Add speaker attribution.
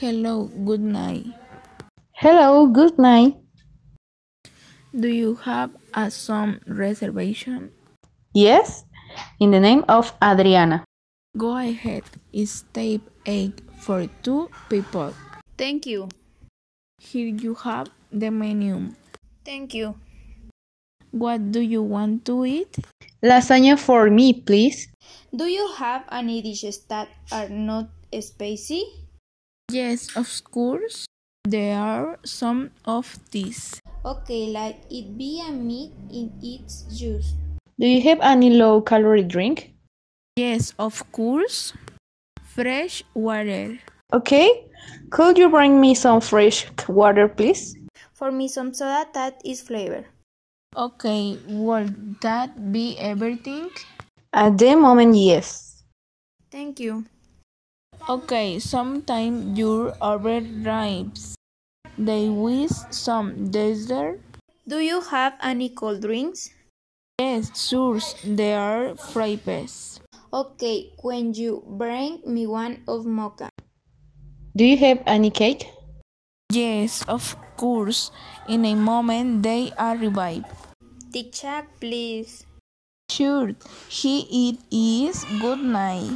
Speaker 1: Hello, good night.
Speaker 2: Hello, good night.
Speaker 1: Do you have a some reservation?
Speaker 2: Yes, in the name of Adriana.
Speaker 1: Go ahead. It's tape 8 for two people.
Speaker 3: Thank you.
Speaker 1: Here you have the menu.
Speaker 3: Thank you.
Speaker 1: What do you want to eat?
Speaker 2: Lasagna for me, please.
Speaker 3: Do you have any dishes that are not spicy?
Speaker 1: Yes, of course. There are some of these.
Speaker 3: Okay, let it be a meat in its juice.
Speaker 2: Do you have any low calorie drink?
Speaker 1: Yes, of course. Fresh water.
Speaker 2: Okay. Could you bring me some fresh water, please?
Speaker 3: For me, some soda that is flavor.
Speaker 1: Okay, will that be everything?
Speaker 2: At the moment, yes.
Speaker 3: Thank you.
Speaker 1: Okay, sometimes your order arrives. They wish some dessert.
Speaker 3: Do you have any cold drinks?
Speaker 1: Yes, sure, there are frappes.
Speaker 3: Okay, when you bring me one of mocha.
Speaker 2: Do you have any cake?
Speaker 1: Yes, of course. In a moment they arrive.
Speaker 3: The check, please.
Speaker 1: Sure, he it is good night.